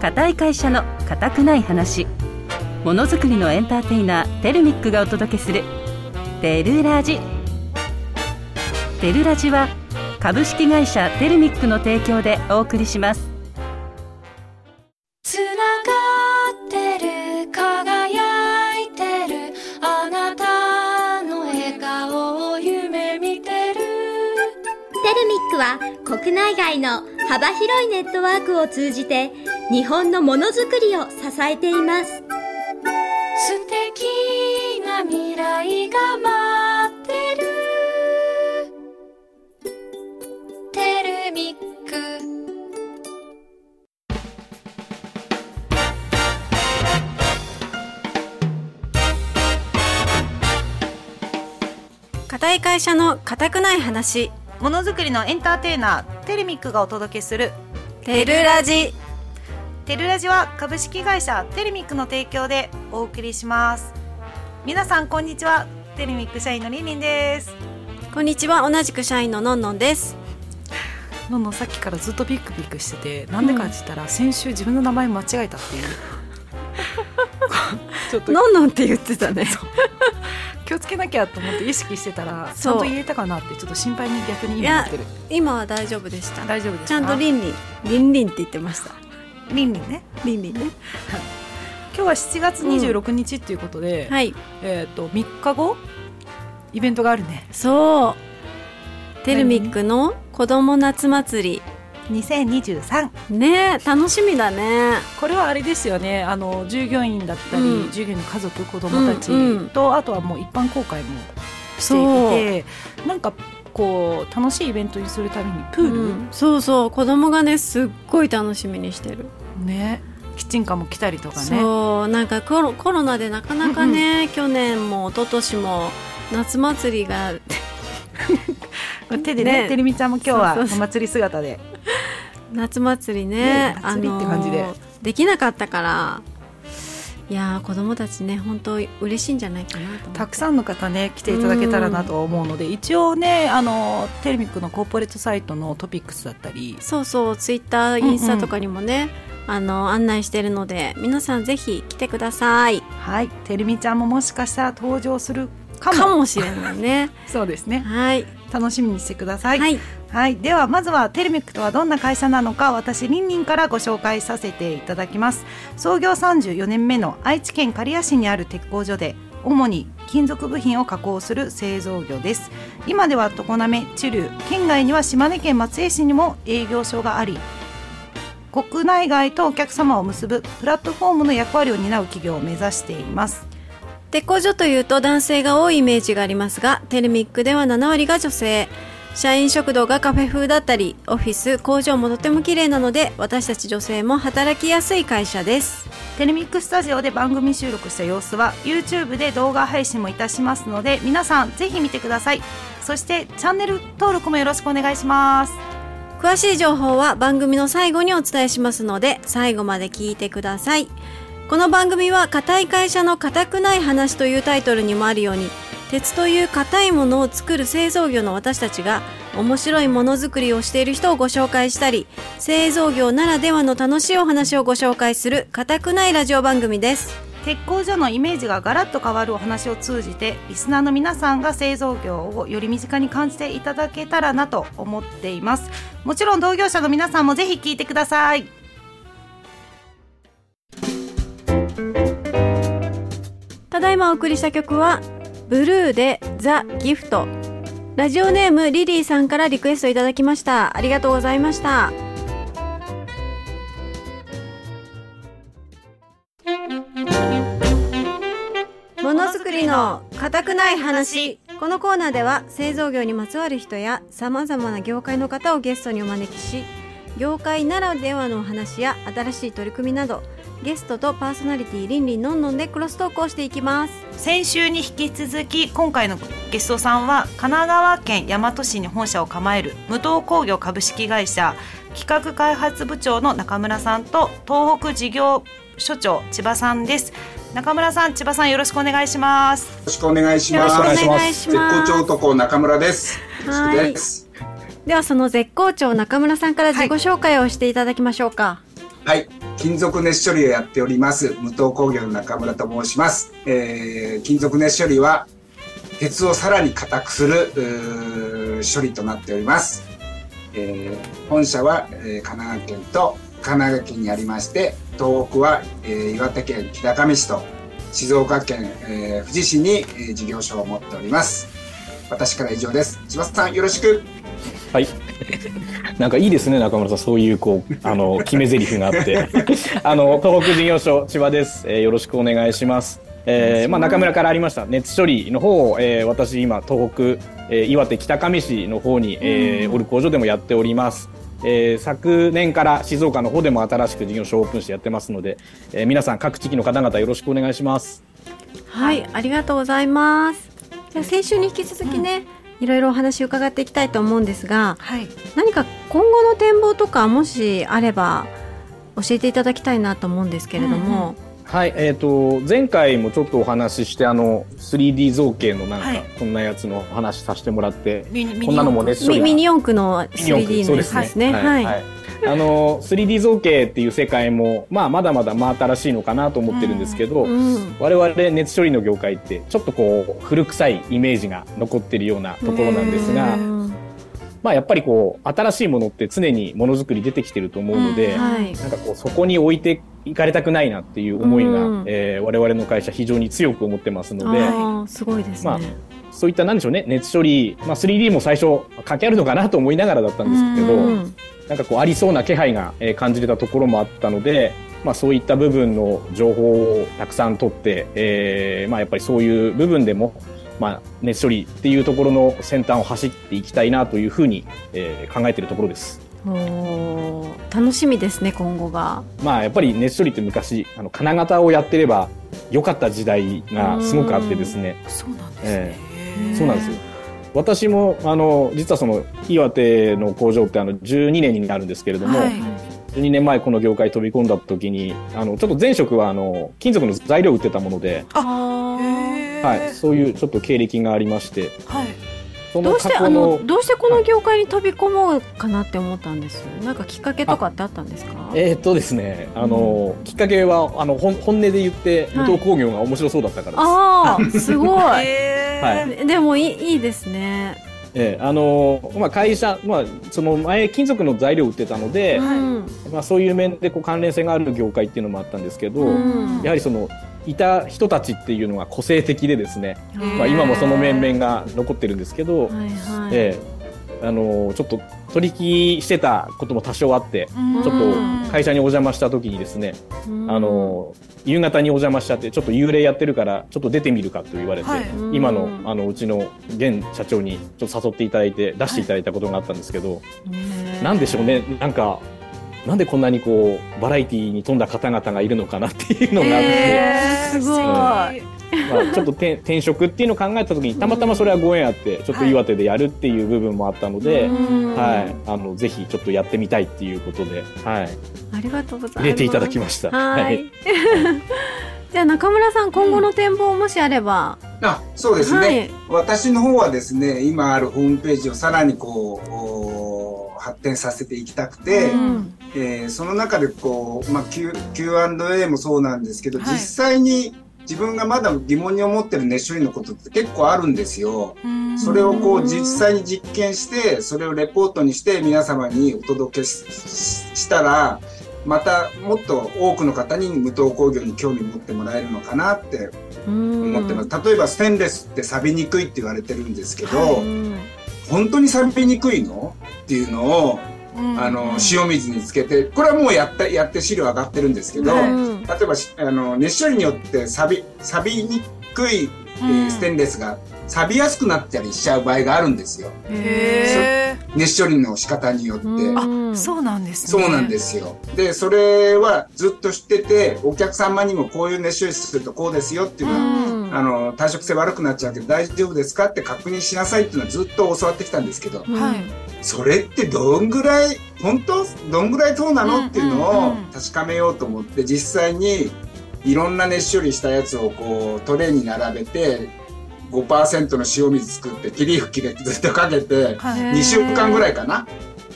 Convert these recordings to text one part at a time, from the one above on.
固い会社の固くない話ものづくりのエンターテイナーテルミックがお届けする「テルラジ」テルラジは株式会社テルミックの提供でお送りしますつながってる輝いてるあなたの笑顔を夢見てるテルミックは国内外の幅広いネットワークを通じて日本のものづくりを支えています素敵な未来が待ってるテルミック固い会社の固くない話ものづくりのエンターテイナーテルミックがお届けするテルラジテルラジは株式会社テルミックの提供でお送りします皆さんこんにちはテルミック社員のりんりんですこんにちは同じく社員ののんのんですのんのんさっきからずっとビクビクしててなんでかって言ったら、先週自分の名前間違えたっていう ちょっとのんのんって言ってたね気をつけなきゃと思って意識してたらちそうゃんと言えたかなってちょっと心配に逆いに今やなってる今は大丈夫でした大丈夫ですかちゃんとりんりんりんりんって言ってましたりんりんねりんりんね今日は7月26日っていうことで、はいえっ、と3日後イベントがあるねそうテルミックの子供夏祭2023りねえ楽しみだねこれはあれですよねあの従業員だったり、うん従業員の家族子供たちと、うんうんあとはもう一般公開もそうしていてなんかこう楽しいイベントにするためにプール、うんそうそう子供がねすっごい楽しみにしてる、ねキッチンカーも来たりとかねそうなんかコロコロナでなかなかね、去年も一昨年も夏祭りが手でねねてるみちゃんも今日はそうおそうそう祭り姿で夏祭りねね祭りって感じでできなかったからいやー子供たちね本当嬉しいんじゃないかなと思たっくさんの方ね来ていただけたらなと思うので、一応ねあのテルミックのコーポレートサイトのトピックスだったりてそうそうツイッターんうんインスタとかにもね、あの案内してるので皆さんぜひ来てくださいはいてるみちゃんももしかしたら登場するかもかもしれない ねそうですねはい楽しみにしてくださ、はいい、はい、ではまずはテルミックとはどんな会社なのか私りんりんからご紹介させていただきます創業34年目の愛知県刈谷市にある鉄工所で主に金属部品を加工する製造業です今では常滑知立県外には島根県松江市にも営業所があり国内外とお客様を結ぶプラットフォームの役割を担う企業を目指しています鉄工所というと男性が多いイメージがありますがテルミックでは7割が女性社員食堂がカフェ風だったりオフィス工場もとても綺麗なので私たち女性も働きやすい会社ですテレミックスタジオで番組収録した様子は YouTube で動画配信もいたしますので皆さんぜひ見てくださいそしてチャンネル登録もよろしくお願いします詳しい情報は番組の最後にお伝えしますので最後まで聞いてくださいこの番組は「固い会社の固くない話」というタイトルにもあるように鉄という硬いものを作る製造業の私たちが面白いものづくりをしている人をご紹介したり製造業ならではの楽しいお話をご紹介する固くないラジオ番組です鉄工所のイメージがガラッと変わるお話を通じてリスナーの皆さんが製造業をより身近に感じていただけたらなと思っていますもちろん同業者の皆さんもぜひ聞いてくださいただいまお送りした曲は「ブルーでザ・ギフト」ラジオネームリリーさんからリクエストいただきましたありがとうございましたものづくりの固くない話このコーナーでは製造業にまつわる人やさまざまな業界の方をゲストにお招きし業界ならではのお話や新しい取り組みなどゲストとパーソナリティりんりんのんのんでクロストークをしていきます先週に引き続き今回のゲストさんは神奈川県大和市に本社を構える無糖工業株式会社企画開発部長の中村さんと東北事業所長千葉さんです中村さん千葉さんよろしくお願いしますよろしくお願いします。よろしくお願いします絶好調男中村です。よろしくです。ではその絶好調中村さんから自己は紹介をしていただきましょうか、はい。金属熱処理をやっております無糖工業の中村と申します、えー金属熱処理は鉄をさらに硬くするうー処理となっております、えー本社は、えー神奈川県と神奈川県にありまして東北は、えー岩手県北上市と静岡県、えー富士市に、えー事業所を持っております私から以上です千葉さんよろしくはい。 なんかいいですね、中村さん。そういう、こう、あの、決め台詞があって。 あの、東北事業所、千葉です。えーよろしくお願いします。えーまあ、中村からありました熱処理の方を、えー私今東北、えー岩手北上市の方に、えーおる工場でもやっております、えー昨年から静岡の方でも新しく事業所をオープンしてやってますので、えー皆さん各地域の方々よろしくお願いしますはい、ありがとうございます。じゃあ先週に引き続きね、いろいろお話伺っていきたいと思うんですが、はい。何か今後の展望とかもしあれば教えていただきたいなと思うんですけれども、はい、えっ、と前回もちょっとお話ししてあの 3D 造形のなんか、はいこんなやつのお話しさせてもらってミニこんなのも熱処ミ理ミニ四駆のミニ四 3D 駆のやつですね。はい。はいあの 3D 造形っていう世界も、まあ、まだまだ真新しいのかなと思ってるんですけど、うん我々熱処理の業界ってちょっとこう古臭いイメージが残ってるようなところなんですが、うんまあ、やっぱりこう新しいものって常にものづくり出てきてると思うので、はい。なんかこうそこに置いていかれたくないなっていう思いが、うんえー我々の会社非常に強く思ってますので、ああ、すごいですね。まあそういった何でしょうね熱処理、まあ、3D も最初掛けあるのかなと思いながらだったんですけど、うんなんかこうありそうな気配がえー感じれたところもあったので、まあ、そういった部分の情報をたくさん取って、えーまあ、やっぱりそういう部分でも、まあ、熱処理っていうところの先端を走っていきたいなというふうに、えー考えているところです。おー楽しみですね、今後が。まあやっぱり熱処理って昔あの金型をやってれば良かった時代がすごくあってですね、そうなんですえね。えそうなんですよ私もあの実はその岩手の工場ってあの12年になるんですけれども、はい。 12年前この業界飛び込んだ時にあのちょっと前職はあの金属の材料を売ってたもので、あーへーはい、そういうちょっと経歴がありましてはい。そどのうし過て去あののどうしてこの業界に飛び込もうかなって思ったんです。なんかきっかけとかってあったんですか？えーっとですねあの、きっかけはあの本本音で言って武藤工業が面白そうだったからです。ああ、すごい。へーはいでもいいいいですね。ええあのまあ、会社、まあ、その前金属の材料を売ってたので、うんまあ、そういう面でこう関連性がある業界っていうのもあったんですけど、うんやはりそのいた人たちっていうのが個性的でですね、まあ、今もその面々が残ってるんですけど、はいはい。ええあのちょっと取引してたことも多少あってうんちょっうんと会社にお邪魔した時にですね、うんあの夕方にお邪魔しちゃってちょっと幽霊やってるからちょっと出てみるかと言われて、はいうん今のあのうちの現社長にちょっと誘っていただいて出していただいたことがあったんですけど、ねなんでしょうねなんかなんでこんなにこうバラエティーに富んだ方々がいるのかなっていうのがあって、へーすごいまあ、ちょっと転転職っていうのを考えた時にたまたまそれはご縁あってちょっと岩手でやるっていう部分もあったので、うんはい、あのぜひちょっとやってみたいっていうことで、はい、ありがとうございます。入れていただきました。はい。 じゃあ中村さん今後の展望もしあれば。あそうですね、はい私の方はですね今あるホームページをさらにこうおー発展させていきたくて、うんえーその中でこう、まあ、Q Q&A もそうなんですけど、はい実際に自分がまだ疑問に思ってる熱処理のことって結構あるんですよ。うんそれをこう実際に実験してそれをレポートにして皆様にお届けしししたらまたもっと多くの方に無糖工業に興味持ってもらえるのかなってうん思ってます、例えばステンレスって錆びにくいって言われてるんですけど、うん本当に錆びにくいのっていうのをうんあの塩水につけてこれはもうやったやって資料上がってるんですけど、は例いうんえばしあの熱処理によって錆び錆びにくい、えーうんステンレスが錆びやすくなったりしちゃう場合があるんですよへー熱処理の仕方によって。うんあ、そうなんですそね。。うなんですすよ。で、それはずっと知ってて、お客様にもこういう熱処理するとこうですよっていうのは、うんあの、退職性悪くなっちゃうけど大丈夫ですかって確認しなさいっていうのはずっと教わってきたんですけど、はいそれってどんぐらい、本当どんぐらいそうなうんのっていうのうをんうん確かめようと思って、実際にいろんな熱処理したやつをこうトレーに並べて、5%の塩水作って霧吹きでずっとかけて、はい。 2週間ぐらいかな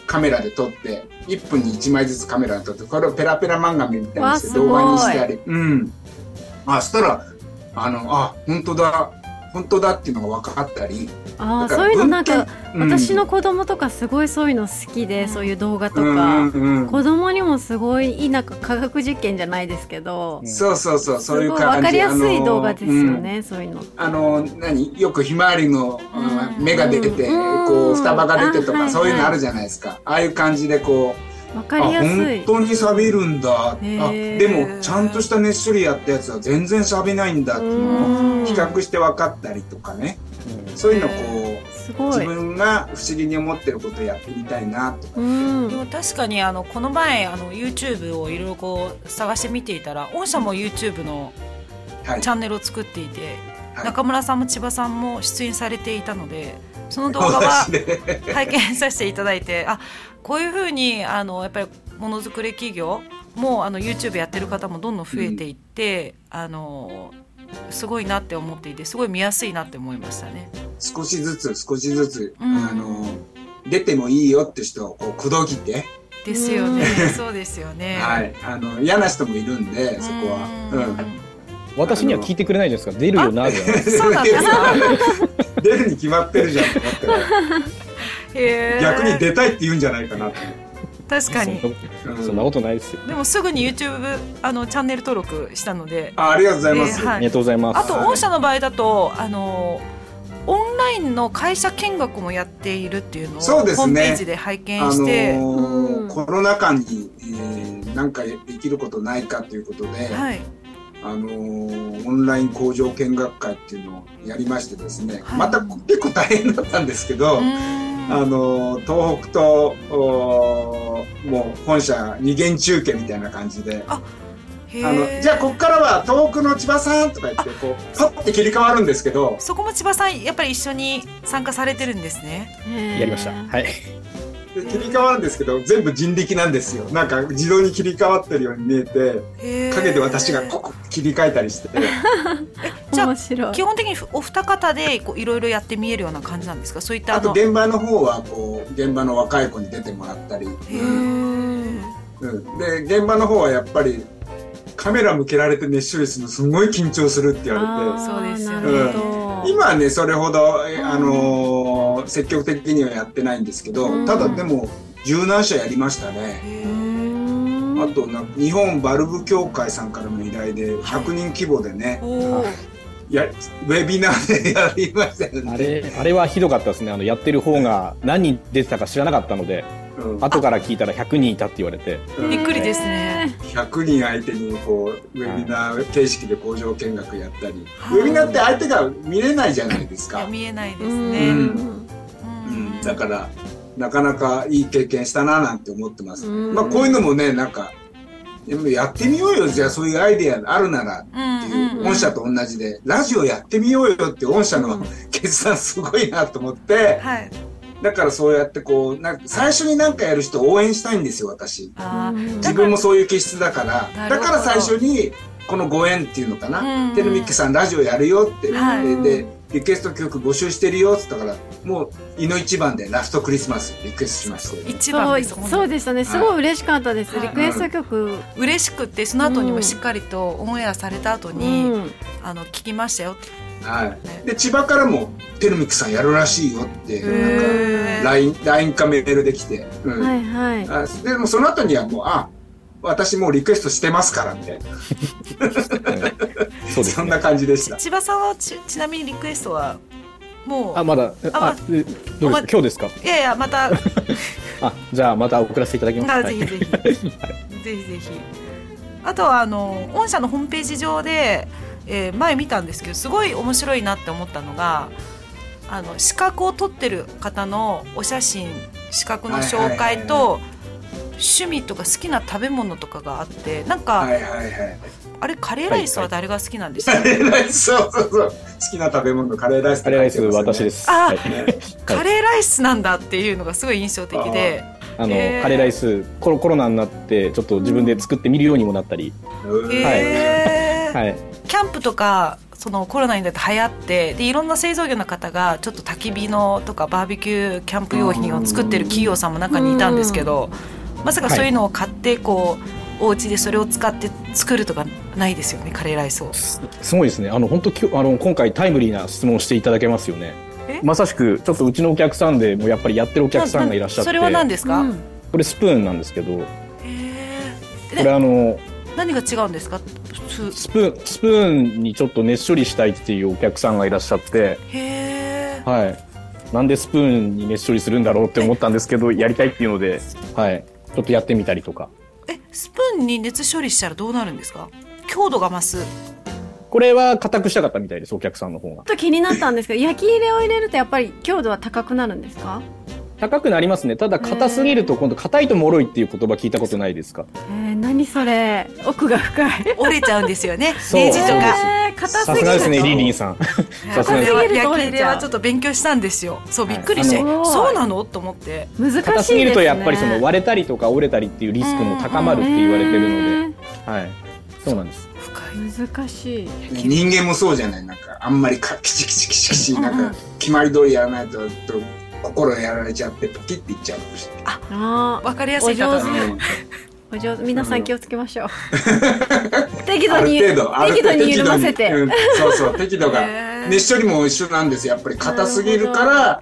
カメラで撮って1分に1枚ずつカメラで撮ってこれをペラペラ漫画みたいにしてわあ動画にしたりうんあそしたらあのあ本当だ本当だっていうのが分かったりあだあからそういうのなん文か、献うん私の子供とかすごいそういうの好きで、うんそういう動画とうんか、うんうん子供にもすごいいいなんか科学実験じゃないですけど、そうそうそうそういすうごい感じ分かりやすい動画ですよ、あのね、そういうの。うんあの何よくひまわりの、うん芽が出てて、うんこう双葉が出てとあはいはいかそういうのあるじゃないですかああいう感じでこう分かりやすいあ本。当に錆びるんだあへーでもちゃんとした熱処理やったやつは全然錆びないんだっていうのうをん比較して分かったりとかねそういうのをこすうご自い。分が不思議に思ってることをやってみたいなうとんでも確かにあのこの前あの YouTube をいろいろこう探して見ていたら御社も YouTube のはいチャンネルを作っていて、はい中村さんも千葉さんも出演されていたのでその動画は私で拝見させていただいてあこういうふうにあのやっぱりものづくり企業もあの YouTube やってる方もどんどん増えていって、あのすごいなって思っていてすごい見やすいなって思いましたね。少しずつ少しずつうんあの出てもいいよって人をこう口説きてですよね、そうですよね。はいあの嫌な人もいるんでそこうんは私には聞いてくれないじゃないですか出るよなじゃないうんそうなんだ出るに決まってるじゃんと思って へー逆に出たいって言うんじゃないかなって確かにそんうなんそんなことないですよでもすぐに YouTube あのチャンネル登録したのであありがとうございますえーはあいりがとうございますあと御社の場合だとあのオンラインの会社見学もやっているっていうのをそうですねホームページで拝見あのして、ーうんコロナ禍に、えーなんかできることないかということで、はい、あのーオンライン工場見学会っていうのをやりましてですね、はいまた結構大変だったんですけうど、あーんのー東北とおーもう本社二元中継みたいな感じで。へーあのじゃあここからは東北の千葉さんとか言ってこうパッて切り替わるんですけどそこも千葉さんやっぱり一緒に参加されてるんですね。やりましたはいで切り替わるんですけど全部人力なんですよなんか自動に切り替わってるように見えてへー陰で私がここ切り替えたりしてじゃあ面白い。基本的にお二方でこういろいろやって見えるような感じなんですかそういったああのと現場の方はこう現場の若い子に出てもらったり、へーうん、で現場の方はやっぱりカメラ向けられて熱処理するのすごい緊張するって言わあそーうですよねなるほれてど。今はねそれほど、えあのー積極的にはやってないんですけど、うんただでも柔軟者やりましたね。へうーんあとなんか日本バルブ協会さんからの依頼で100人規模でね、おーやウェビナーでやりましたよね。あれあれはひどかったですねあのやってる方が何人出てたか知らなかったのでうん後から聞いたら100人いたって言われてうんびっくりですね。 100人相手にこうウェビナー形式で工場見学やったり、はいウェビナーって相手が見れないじゃないですいやか、見えないでうすんね。ううんん、だからなかなかいい経験したななんて思ってます、うんまあこういうのもねなんかでもやってみようよじゃあそういうアイデアあるならうんってういんううん御社と同じでラジオやってみようよって御社の決断すごいなと思ってはい。だからそうやってこうなんか最初になんかやる人を応援したいんですよ私あー自分もそういう気質だからなるだほどから最初にこのご縁っていうのかうんうなん「テルミックさんラジオやるよ」って、はいででリクエスト曲募集してるよ」っつったからもう「いの一番でラストクリスマス」リクエストしましたよね一番そうです。本当にそうでしたね。すごい嬉しかったです。はいリクエスト曲。嬉しくってその後にもしっかりとオンエアされた後に、うんあの聞きましたよってはい、で千葉からも「テルミックさんやるらしいよ」ってなんかへー LINE, LINE かメールで来て、うんはいはい。あでもその後にはもう「あ私もうリクエストしてますから」みたいな、そうですそんねな感じでした。千葉さんはちちなみにリクエストはもうあまだああえどうですか今日ですかいやいやまたああじゃあまた送らせていただきますはぜいひ ぜひぜひぜひあとはあの御社のホームページ上で、えー前見たんですけどすごい面白いなって思ったのがあの資格を取ってる方のお写真資格の紹介と、はいは趣味とか好きな食べ物とかがあってなんか、はいはいはい。 あれカレーライスは誰が好きなんですか、カレーライス、そうそうそう。好きな食べ物、カレーライスってカレー書ラいイてまスすよね、私ですあはいカレーライスなんだっていうのがすごい印象的であのへーカレーライスコロコロナになってちょっと自分で作ってみるようにもなったりうんへーはいキャンプとかそのコロナになって流行ってでいろんな製造業の方がちょっと焚き火のとかバーベキューキャンプ用品を作ってる企業さんも中にいたんですけどまさかそういうのを買ってこう、お家でそれを使って作るとかないですよねカレーライスを。すすごいですね。あの本当きょあの今回タイムリーな質問をしていただけますよねえ。まさしくちょっとうちのお客さんでもうやっぱりやってるお客さんがいらっしゃって、それは何ですか、うんこれスプーンなんですけど、こへーれあの何が違うんですか普通スプーンスプーンにちょっと熱処理したいっていうお客さんがいらっしゃって、へえはい。なんでスプーンに熱処理するんだろうって思ったんですけど、やりたいっていうので、はい。ちょっとやってみたりとか。えスプーンに熱処理したらどうなるんですか強度が増すこれは硬くしたかったみたいです、お客さんの方が。ちょっと気になったんですけど焼き入れを入れるとやっぱり強度は高くなるんですか高くなりますね。ただ硬すぎると今度硬いと脆いっていう言葉聞いたことないですか。えー、何それ奥が深い折れちゃうんです よねそうネジとかえー、硬すさぎするがですね、とリンリンさん。さすこがでれす。は硬すぎると焼き折入れれちゃうはちょっと勉強したんですよそうびっくりして、あのそうなのと思って難しいですね硬すぎるとやっぱりその割れたりとか折れたりっていうリスクも高まるって言われてるので、はい。そうなんです。深いえー難しい人間もそうじゃないなんかあんまりかキチキチキチキチなんか決まり通りやらないとと心やられちゃってポキっていっちゃうかもしれないあーわかりやすい方お上手うんお上手皆さん気をつけましょう適あ度にる程度ある適度に緩ませて、適度にうんそうそう適度がへー熱処理も一緒なんですよやっぱり硬すぎるから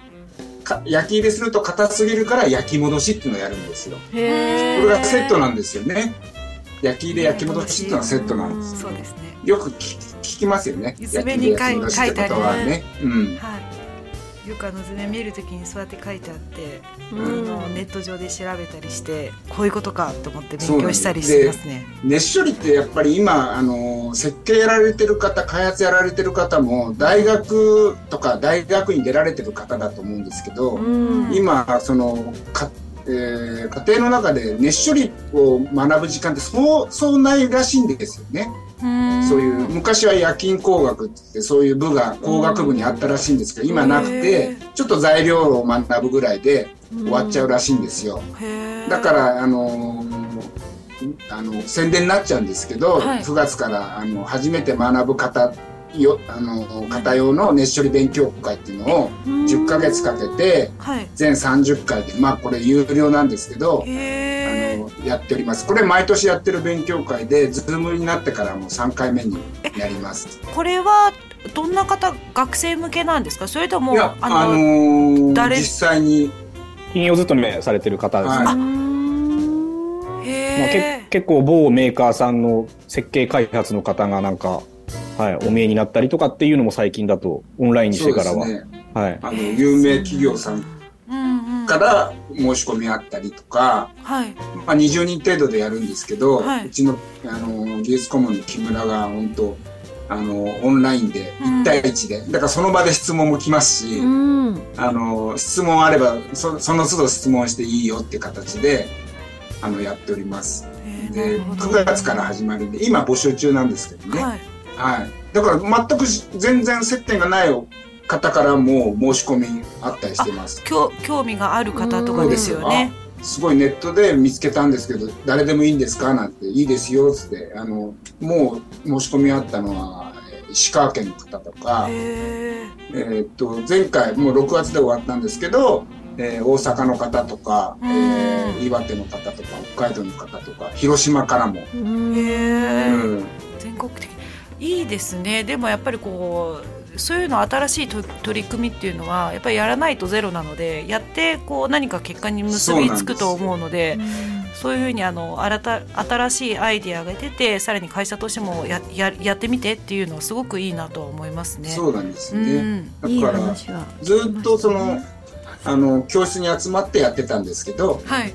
か焼き入れすると硬すぎるから焼き戻しっていうのをやるんですよこへれがセットなんですよね焼き入れ焼き戻しっていうのはセットなんですそうですねよく聞聞きますよねいず焼きれ入れに書い焼き戻しってことはねうんはいよくあの図面見るときにそうやって書いてあって、うあんのネット上で調べたりしてこういうことかと思ってそう勉な強んですしたりしてますね熱処理ってやっぱり今あの設計やられてる方開発やられてる方も大学とか大学に出られてる方だと思うんですけど、うん今そのか、えー家庭の中で熱処理を学ぶ時間ってそうそうないらしいんですよね。そういう昔は夜勤工学ってそういう部が工学部にあったらしいんですけど今なくてちょっと材料を学ぶぐらいで終わっちゃうらしいんですよ。へーだから、あのーあの宣伝になっちゃうんですけど、はい9月からあの初めて学ぶ方よあの方用の熱処理勉強会っていうのを10ヶ月かけてはい全30回でまあこれ有料なんですけど、へーあのやっておりますこれ毎年やってる勉強会で Zoom になってからもう3回目になります。これはどんな方学生向けなんですかそれともいやあの、あのー誰実際に金曜勤めされてる方ですね。はいうまあ、へけ結構某メーカーさんの設計開発の方がなんか、はい、お見えになったりとかっていうのも最近だとオンラインにしそてうでからすは、ねはい、あの有名企業さんーうんうんから申し込みあったりとか。はいまあ、20人程度でやるんですけど、はいうちのあの技術顧問の木村が本当あのオンラインでうん1対1で、だからその場で質問も来ますし、うんあの質問あればそその都度質問していいよっていう形であのやっておりますへーでなるほど9月から始まるんで今募集中なんですけどね、ははいいだから全くし全然接点がない方からも申し込みあったりしてます興興味がある方とかですよねすごいネットで見つけたんですけど誰でもいいんですかなんていいですよっつってあのもう申し込みあったのはえー石川県の方とか、へーえーっと前回もう6月で終わったんですけど、えー大阪の方とか、えー岩手の方とか北海道の方とか広島からも、へーうん全国的いいですねでもやっぱりこうそういうの新しいと取り組みっていうのはやっぱりやらないとゼロなのでやってこう何か結果に結びつくと思うのでそういうふうにあの新た新しいアイディアが出てさらに会社としてもやややってみてっていうのはすごくいいなとは思いますね。そうなんですうよね。んいいだから話はずっとそのあの教室に集まってやってたんですけど、はい、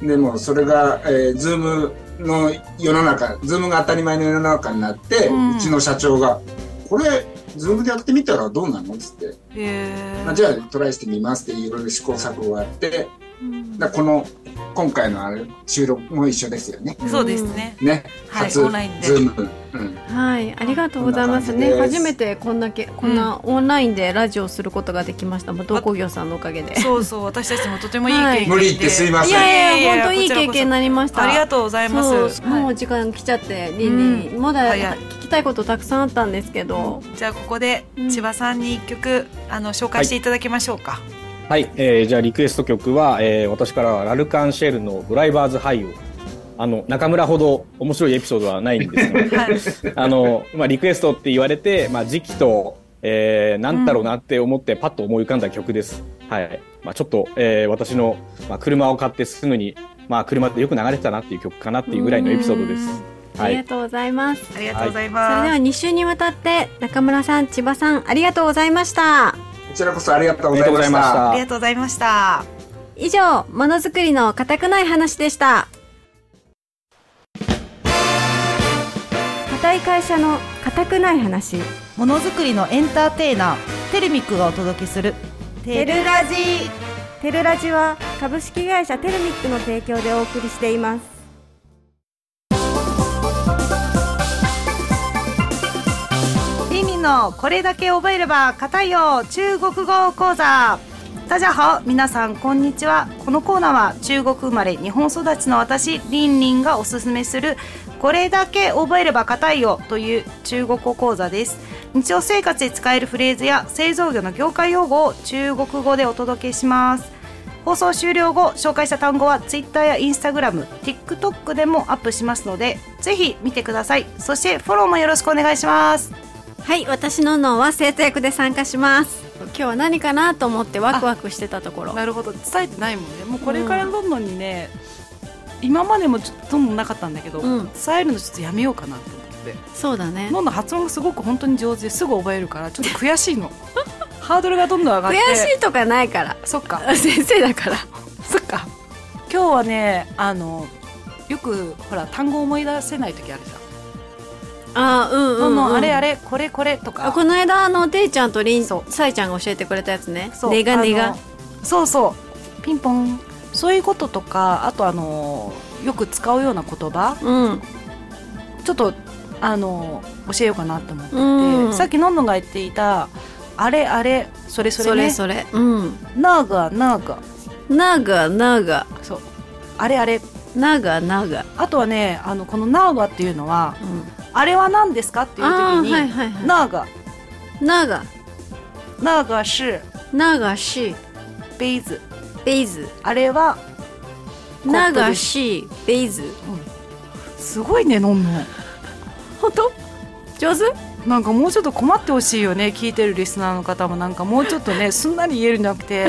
でもそれが、えー、ズームの世の中、ズームが当たり前の世の中になって、ううんちの社長が、これ、ズームでやってみたらどうなのっつって、えまあ、じゃあトライしてみますっていろいろ試行錯誤があって、だからこの今回のあれ収録も一緒ですよね。そうですね。ね、はい初、オンラインでズーム、うん、はい、ありがとうございますね。こんな感初じですめてこんだけ、こんなオンラインでラジオをすることができました。武藤工業さんのおかげで。そうそう、私たちもとてもいいは経い験無理言ってすいまいせん。やいやいいや、や本当いいこちらこそ経験になりました。ありがとうございます。そうもはう時間来ちゃって、リンリン、まだ早い聞きたいことたくさんあったんですけど。いじゃあここでうん千葉さんに一曲あの紹介していただきましょうか。はい、えーじゃあリクエスト曲は、えー私からはラルカンシェルのドライバーズハイをあの中村ほど面白いエピソードはないんですけど、はい。 あのまあリクエストって言われて、まあ時期と、えーなんだろうなって思ってパッと思い浮かんだ曲です。はい、まあちょっと、えー私のまあ車を買ってすぐにまあ車ってよく流れてたなっていう曲かなっていうぐらいのエピソードです。あはりがい、とうございます。ありがとうございそれま。ですは2週にわたって中村さん千葉さんありがとうございましたこちらこそありがとうあごりざいがとうまございし。ましたありがとうございました。以上ものづくりの固くない話でした固い会社の固くない話ものづくりのエンターテイナーテルミックがお届けするテルラジテルラジは株式会社テルミックの提供でお送りしていますリミンのこれだけ覚えれば硬いよ中国語講座大家好皆さんこんにちはこのコーナーは中国生まれ日本育ちの私リンリンがおすすめするこれだけ覚えれば硬いよという中国語講座です日常生活で使えるフレーズや製造業の業界用語を中国語でお届けします放送終了後紹介した単語は Twitter や Instagram、TikTok でもアップしますのでぜひ見てくださいそしてフォローもよろしくお願いしますはい私ののは生徒役で参加します今日は何かなと思ってワクワクしてたところなるほど、伝えてないもんね。もうこれからどんどんにね、今までもちょっとどんどんなかったんだけど、うん伝えるのちょっとやめようかなと思って。そうだねどんどん発音がすごく本当に上手ですぐ覚える からちょっと悔しいのハードルがどんどん上がっ悔てしいとかないからそっ か先生だからそっか今日はねあのよくほら単語思い出せない時あるじゃん、あーうんうん、どうんん、どんあれあれこれこれとあかこの間あのていちゃんとりんそさいちゃんが教えてくれたやつねそうねがねあがのそうそうピンポンそういうこととかあとあのよく使うような言葉うんちょっとあの教えようかなと思ってて、うんさっきのんのんが言っていたあれあれそれそそれねれそれうんながながながながそうあれあれながながあとはねあのこの「ナーガ」っていうのはうん「あれは何ですか?」っていう時あーにはいはい「はナーガいながナーガ是ながしベイズベイズ」あれはップですながしベイズすごいねのんのん本当上手なんかもうちょっと困ってほしいよね聞いてるリスナーの方もなんかもうちょっと ねすんなり言えるんじゃなくて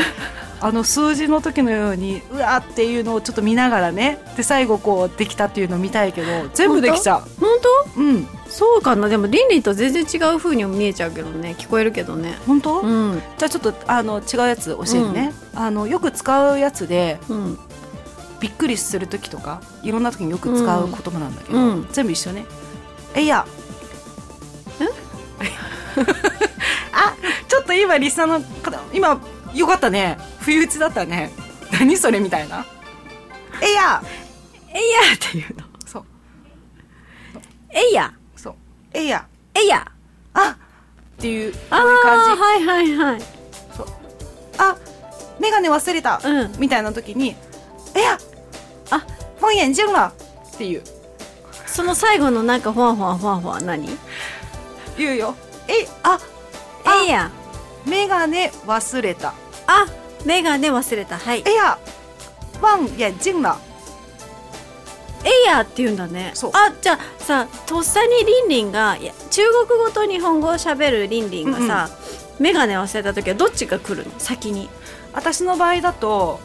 あの数字の時のようにうわーっていうのをちょっと見ながらねで最後こうできたっていうの見たいけど全部できちゃ本当ううんそうかなでもりんりんと全然違う風にも見えちゃうけどね聞こえるけどね本当、うんじゃあちょっとあの違うやつ教えるね、あのよく使うやつでうんびっくりする時とかいろんな時によく使う言葉なんだけど、うん全部一緒ね「えいや」 あちょっと今リスナーの方今よかったね不意打ちだったね 何それみたいな「えいやえいやっていうの」そうえいやそう「えいやえいや」あっていうこうああいう感じはいはいはい「あメガネ忘れた、うんみたいな時に「えいや」あ本眼順はっていうその最後のなんかほわほわほわほわ何言うよえいあえいやメガネ忘れたあメガネ忘れたはいええやワン眼鏡了いやって言うんだねそうあじゃあさとっさにリンリンがいや中国語と日本語をしゃべるリンリンがさ、メガネ忘れた時はどっちが来るの先に私の場合だと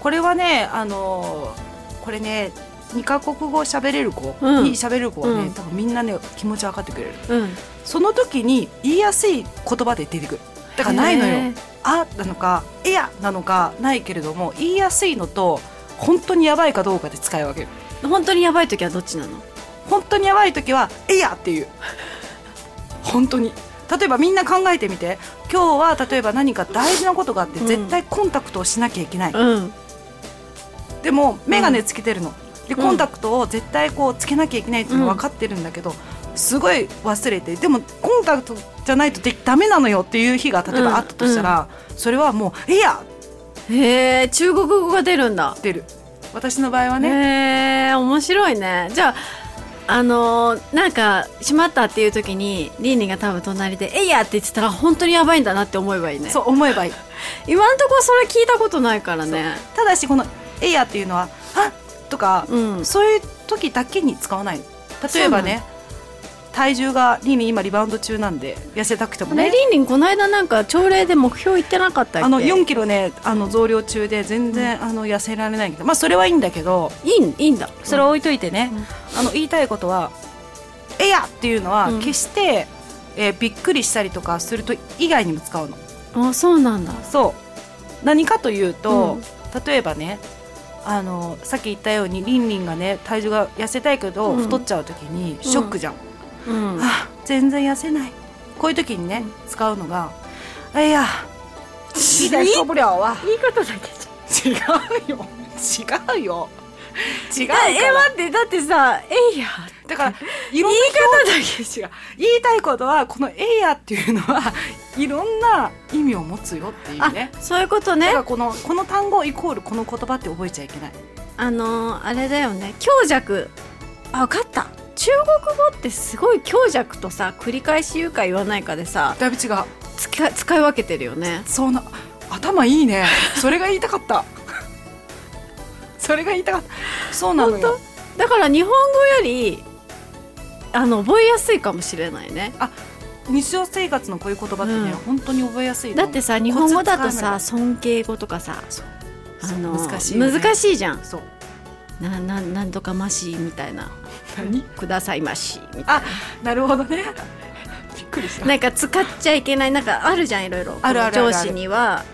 これはねあのーこれね2カ国語喋れる子うんに喋れる子はね、うん多分みんなね気持ち分かってくれるうんその時に言いやすい言葉で出てくるだからないのよあなのかえやなのかないけれども言いやすいのと本当にやばいかどうかで使い分ける本当にやばい時はどっちなの本当にやばい時は「えいや!」っていう本当に例えばみんな考えてみて今日は例えば何か大事なことがあってうん絶対コンタクトをしなきゃいけない、うんでも眼鏡つけてるの、でコンタクトを絶対こうつけなきゃいけないっていうの分かってるんだけど、すごい忘れてでもコンタクトじゃないとでダメなのよっていう日が例えばあったとしたら、それはもう「えいや!」へえ中国語が出るんだってる私の場合はね、へえ面白いねじゃああのーなんか「しまった」っていう時にリンリンが多分隣で「えいや!」って言ってたら本当にやばいんだなって思えばいいねそう思えばいい今んとこそれ聞いたことないからねただしこの「えいや」っていうのは「あっ!」とか、うんそういう時だけに使わない例えばね体重がリンリン今リバウンド中なんで痩せたくてもあねれリンリンこの間なんか朝礼で目標言ってなかったっけあの4キロねあの増量中で全然、あの痩せられないけどまあそれはいいんだけどいいんいいんだそれを置いといてね、あの言いたいことは「えいや!」っていうのはうん決して、えーびっくりしたりとかすると以外にも使うのあそうなんだそう何かというと、うん例えばねあのさっき言ったようにリンリンがね体重が痩せたいけど、うん太っちゃう時にショックじゃん、うんあ全然痩せないこういう時にね使うのが「いや一点受不了わ」言い方だけじゃ違うよ違うよ違うかええら待ってだってさ「えいや!」だからいろんな言い方だけ違う言いたいことはこの「えいや」っていうのはいろんな意味を持つよっていうあねそういうことだねからこのこの単語イコールこの言葉って覚えちゃいけないあのーあれだよね強弱あ分かった中国語ってすごい強弱とさ繰り返し言うか言わないかでさだいぶ違う使い使い分けてるよねそうな頭いいねそれが言いたかった それが言いたかったそうなのよだから日本語よりあの覚えやすいかもしれないね日常生活のこういう言葉ってね、うん本当に覚えやすいのだってさ日本語だとさコ尊敬語とかさそうあそうの難しいよね難しいじゃんそうなななんとかましみたいな何くださいましみたいあなるほどねびっくりしたななんか使っちゃいけないなんかあるじゃんいろいろあるあるあるある上司には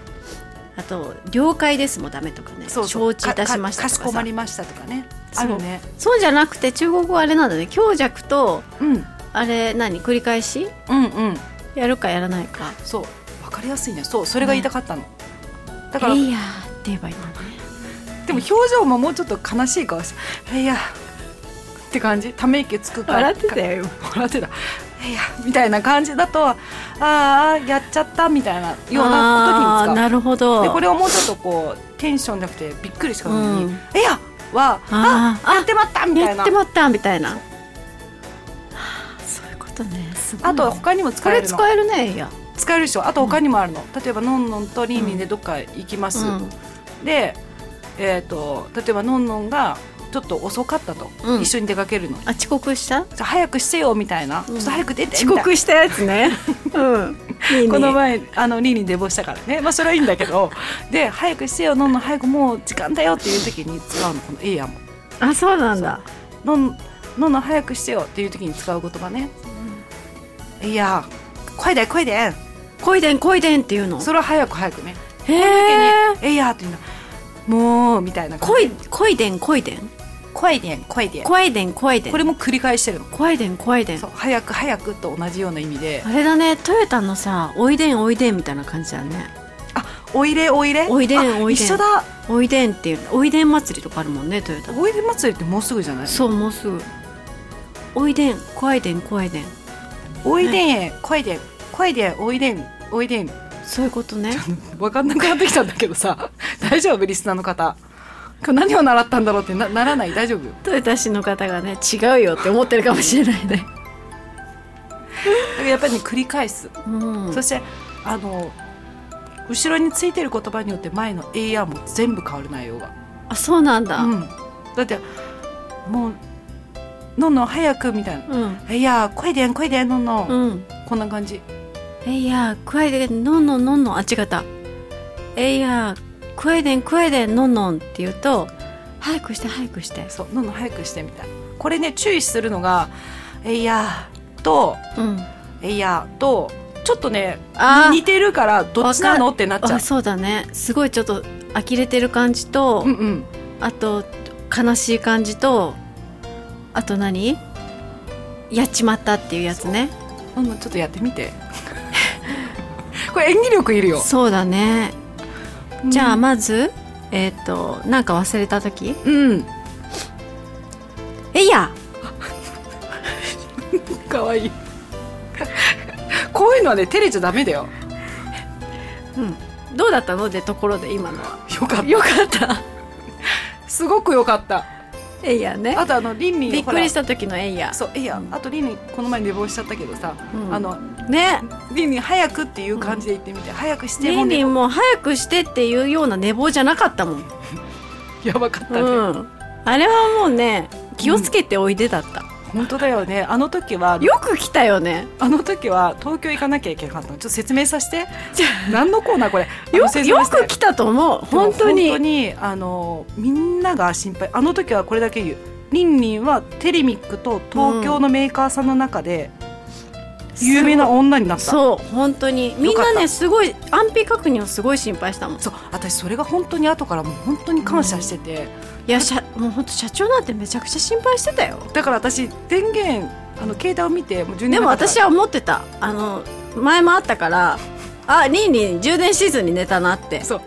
あと「了解です」もダメとかねそうそう承知いたしましたかかかとかさしこまりましたとかねそあうるねそうじゃなくて中国語あれなんだね強弱とうんうんあれ何繰り返しうんやるかやらないかそうわかりやすいねそうそれが言いたかったの、だからえいやーって言えばいいのねでも表情ももうちょっと悲しい顔して「いや」って感じため息つくからよ今か笑ってた「いや」みたいな感じだと「ああやっちゃった」みたいなような時になるほ使どうでこれをもうちょっとこうテンションじゃなくてびっくりしたのに「うんいや」は「ああーやってまった」みたいやなってまったみたいなはあそういうことねすごいあとは他にもこ使えれるの使えるねいや使えるでしょあと他にもあるの、例えばのんのんとりんりんでどっか行きます、で、えー、と例えばのんのんがちょっと遅かったと、うん一緒に出かけるのちょあ遅刻したっと早くしてよみたいな、うんちょっと早く出て遅みたいな刻したやつね うんここのの前前あのりんりん寝坊したからねまあそれはいいんだけ どで早くしてよのんのん早くもう時間だよっていう時に使うのこの「えいや」もあそうなんだのんのんのん早くしてよっていう時に使う言葉ね「えいや声で声でこいでんこいでんっていうのそれは早く早くねへえ「えいや」っていうのもうみたいなこいこいでんこいでん声で声でこいでんこいでんこれも繰り返してるのこいでんこいでんそう早く早くと同じような意味であれだねトヨタのさおいでんおいでんみたいな感じだねおいでおいでおいでんあおいでん一緒だおいでんっていうおいでん祭りとかあるもんねトヨタおいで祭りってもうすぐじゃないそうもうすぐおいでんこいでんこいでんおいでん声で声でおいでんおいでんそういうことね分かんなくなってきたんだけどさ 大丈夫リスナーの方今日何を習ったんだろうってなならない大丈夫トヨタ市の方がね違うよって思ってるかもしれな いね、だからやっぱりね繰り返す、うんそしてあの後ろについてる言葉によって前の AR も全部変わる内容があそうなんだ、うん、だってもう「のんのん早く」みたいな「うんいや声でん声でんのんのん」うんこんな感じえいやクエデンノンノンノンノンあ違ったえいやクエデンクエデンノンノンって言うと早くして早くしてそうどんどん早くしてみたいこれね注意するのが「えいや」とうん「えいや」とちょっとねあー似てるからどっちなのってなっちゃうあそうだねすごいちょっと呆れてる感じと、うんうんあと悲しい感じとあと何やっちまったっていうやつねどんどんちょっとやってみて これ演技力いるそうよだねじゃあまず、えっ、となんか忘れた時うんえいやかわいいこういうのはね照れちゃダメだよどうだったのでところで今のはよかっよかったたすごくよかったえいやねあとあのリンリンびっくりしたた時のえいやそういやあとリンリンこの前寝坊しちゃったけどさ、うんあのねリンリン早くっていう感じで言ってみて、早くしてリもンねリンも早くしてっていうような寝坊じゃなかったもん、やばかったね、うん、あれはもうね気をつけておいでだった、本当だよねあの時はよく来たよねあの時は東京行かなきゃいけなかったのちょっと説明させて何のコーナーこれよあのく説明よしてく来たと思うでも本当に本当にあのみんなが心配あの時はこれだけ言うりんりんはテレミックと東京のメーカーさんの中で有名な女になった、そう本当にみんよなかっねたすごい安否確認をすごい心配したもんいそう私それが本当に後からもう本当に感謝してて、やしゃもう本当社長なんてめちゃくちゃ心配してたよだから私電源あの携帯を見てもう10年でも私はは思ってたあの前もあったからあリンリン充電シーズンに寝たなってそう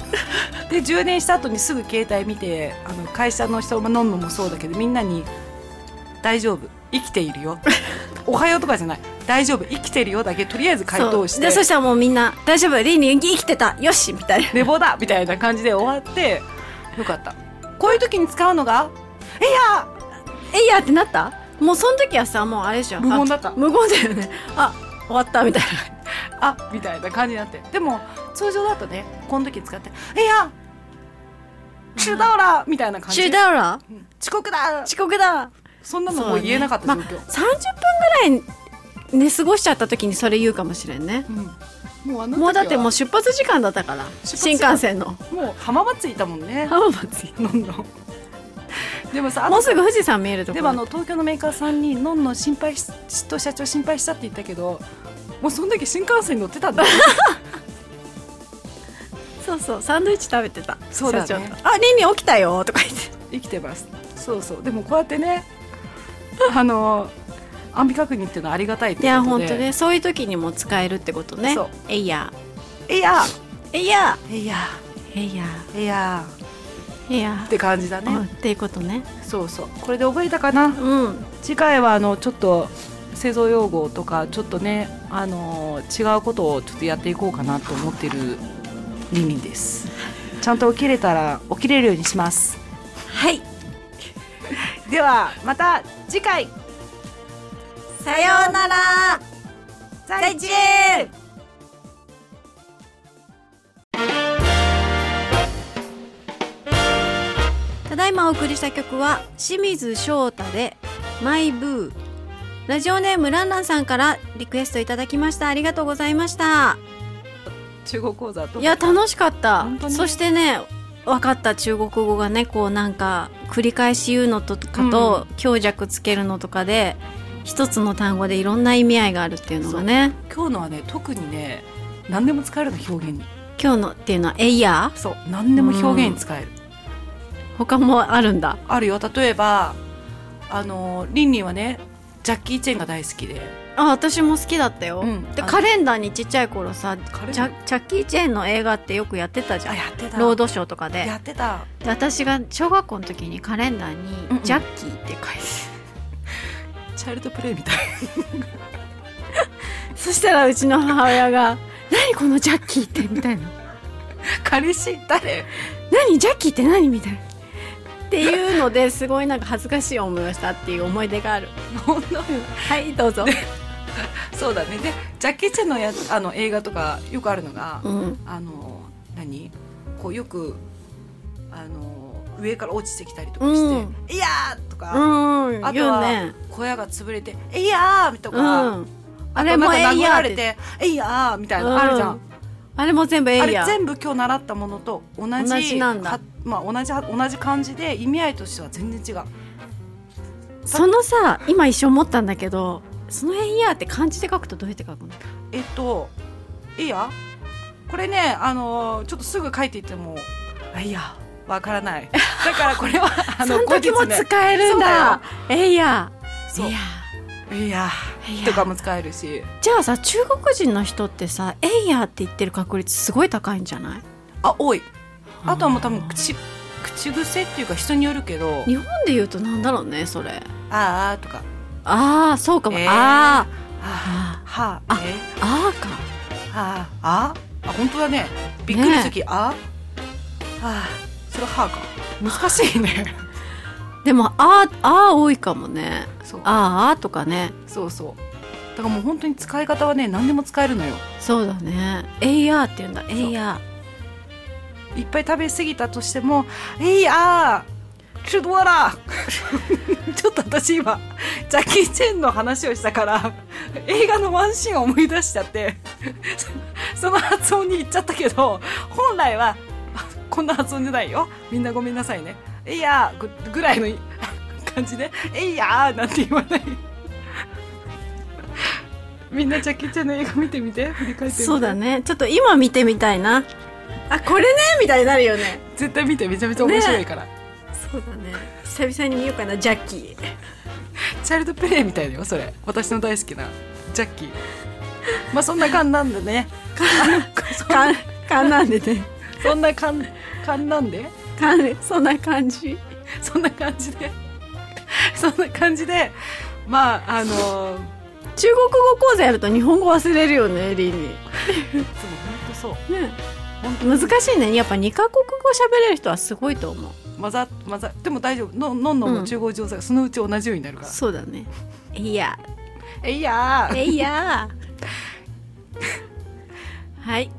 で充電した後にすぐ携帯見てあの会社の人飲むのもそうだけどみんなに「大丈夫生きている よ」「おはよう」とかじゃない「大丈夫生きてるよ」だけとりあえず回答してそうでそしたらもうみんな「大丈夫リンリン生きてたよし」みたいな寝坊だみたいな感じで終わってよかったこういう時に使うのが「えいや」ってなったもうその時はさもうあれでしょ無言あだった無言だよねあ終わったみたい なあみたいな感じになってでも通常だとねこの時使って「いや中だら!」みたいな「感中じだら遅刻だ遅刻だそんなのもう言えなかった状況、 30分ぐらい寝過ごしちゃった時にそれ言うかもしれんねうんもうあの時はもうだってもう出発時間だったから発新幹線のもう浜松いたもんね浜松のんのんでもさあ ものうすぐ富士山見えるとこでろもあの東京のメーカーさんにのんのん心配し嫉妬社長心配したって言ったけどもうその時新幹線に乗ってたんだよそうそうサンドイッチ食べてたそうだね社長とあリンリン起きたよ」とか言って生きてますそうそうでもこうやってねあの安否確認っていうのはありがたいっていことでや本当ねそういう時にも使えるってことねそうえいやいやえいやいやえいやいやえいやって感じだね、うんっていうことねそうそうこれで覚えたかなうん次回はあのちょっと製造用語とかちょっとねあの違うことをちょっとやっていこうかなと思ってるリミですちゃんと起きれたら起きれるようにしますはいではまた次回さようなら再見ただいまお送りした曲は清水翔太で「マイブー」ラジオネームランランさんからリクエストいただきましたありがとうございました中国講座といや楽しかった本当にそしてね分かった中国語がねこうなんか繰り返し言うのとかと、強弱つけるのとかで一つの単語でいろんな意味合いがあるっていうのがね今日のはね特にね何でも使えるの表現に今日のっていうのは「エイヤーそう何でも表現に使える、」他もあるんだあるよ例えばあのリンリンはねジャッキー・チェンが大好きであ私も好きだったよ、うんであのカレンダーにちっちゃい頃さカレンダーチャチャッキー・チェーンの映画ってよくやってたじゃあんやってたロードショーとかでやってたで私が小学校の時にカレンダーうんうにん「ジャッキー」って書いて、チャイルドプレイみたいそしたらうちの母親が「 何このジャッキーって」みたいな彼氏誰「何ジャッキーって何?」みたいな。っていうのですごいなんか恥ずかしい思いをしたっていう思い出がある。本当はいどうぞ。そうだねでジャッキー・チェンのやあの映画とかよくあるのが、うんあの何こうよくあの上から落ちてきたりとかしてうん「いやー!」とか、うんあと言うは、ね。小屋が潰れて「いやー!」とうか、ん。ああれれももエイ殴ヤらーっれて。て「いやー!」みたいなうんのあるじゃん、あれも全部エあイれヤー。全部今日習ったものと同じ同じなんだはまあ、同じは同じ感じで意味合いとしては全然違うそのさ今一瞬思ったんだけどそのエイヤーって漢字で書くとどうやって書くの？えっと「いや」これねあのーちょっとすぐ書いていっても「あいや」わから ないだからこれはあその時も後日ね使えるんだ。エイヤー。そうエイヤいやーエイ」ヤとーかも使えるしじゃあさ中国人の人ってさ「エイヤー」って言ってる確率すごい高いんじゃないあ多いあとはもう多分口口癖っていうか人によるけど日本で言うとなんだろうねそれ「あーあ」とかああそうかも、えーあ「はあ」はああえあああかーはあ」ああ本当だねびっくりする時「あ」あーそれ「はあ」か難しいねでもあーあー多いかもね そうあーあーとかねそうそうだからもう本当に使い方はね何でも使えるのよそうだねエイヤーって言うんだエイヤいっぱい食べ過ぎたとしても「えいやーちょっとわら! 」 ちょっと私今ジャッキー・チェンの話をしたから映画のワンシーンを思い出しちゃってそその発音に行っちゃったけど本来はあこんな発音じゃないよみんなごめんなさいね「えいやー」ぐぐらいの感じで「えいやー」なんて言わない。みんなジャッキー・チェンの映画見てみて振り返ーってみてそうだねちょっと今見てみたいなあこれねみたいになるよね絶対見てめちゃめちゃ面白いから、そうだね久々に見ようかなジャッキーチャイルドプレイみたいだよそれ私の大好きなジャッキーまあそんな感なんでねかんかんなんでねそんな感感なんでかんそんな感じそんな感じで そんな感じでまああのー、い中国語講座やると日本語忘れるよねリンにつも本当そうね難しいねやっぱ2カ国語喋れる人はすごいと思う混ざ混ざでも大丈夫ののんのんうのん中国上手がそのうち同じようになるから、そうだねいやえいやーえいや はい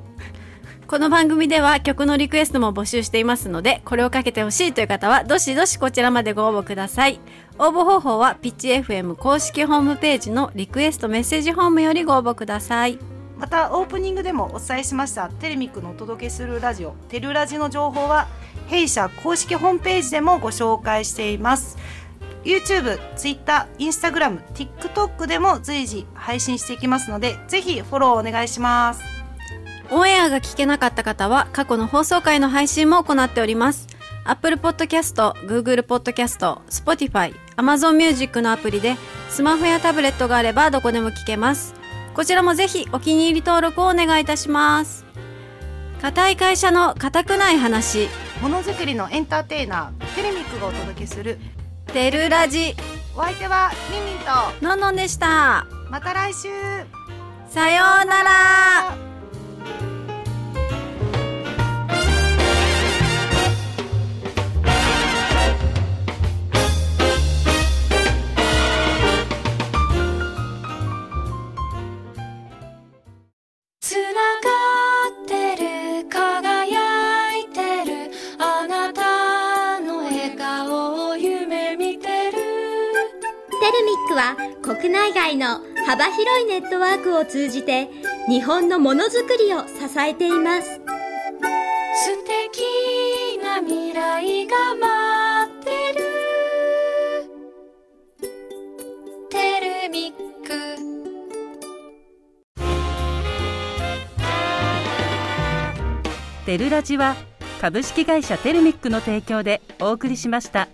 この番組では曲のリクエストも募集していますのでこれをかけてほしいという方はどしどしこちらまでご応募ください応募方法はピッチ FM 公式ホームページのリクエストメッセージフォームよりご応募くださいまたオープニングでもお伝えしましたテレミックのお届けするラジオテルラジの情報は弊社公式ホームページでもご紹介しています YouTube、Twitter、Instagram、TikTok でも随時配信していきますのでぜひフォローお願いしますオンエアが聞けなかった方は過去の放送回の配信も行っております。Apple Podcast、Google Podcast、Spotify、Amazon Music のアプリでスマホやタブレットがあればどこでも聞けます。こちらもぜひお気に入り登録をお願いいたします。固い会社の固くない話、ものづくりのエンターテイナーテレミックがお届けするテルラジ、お相手はりんりんとのんのんでした。また来週さようなら。つながってる輝いてるあなたの笑顔を夢見てるテルミックは国内外の幅広いネットワークを通じて日本のものづくりを支えています素敵な未来が待ってるテルミックテルラジは株式会社テルミックの提供でお送りしました。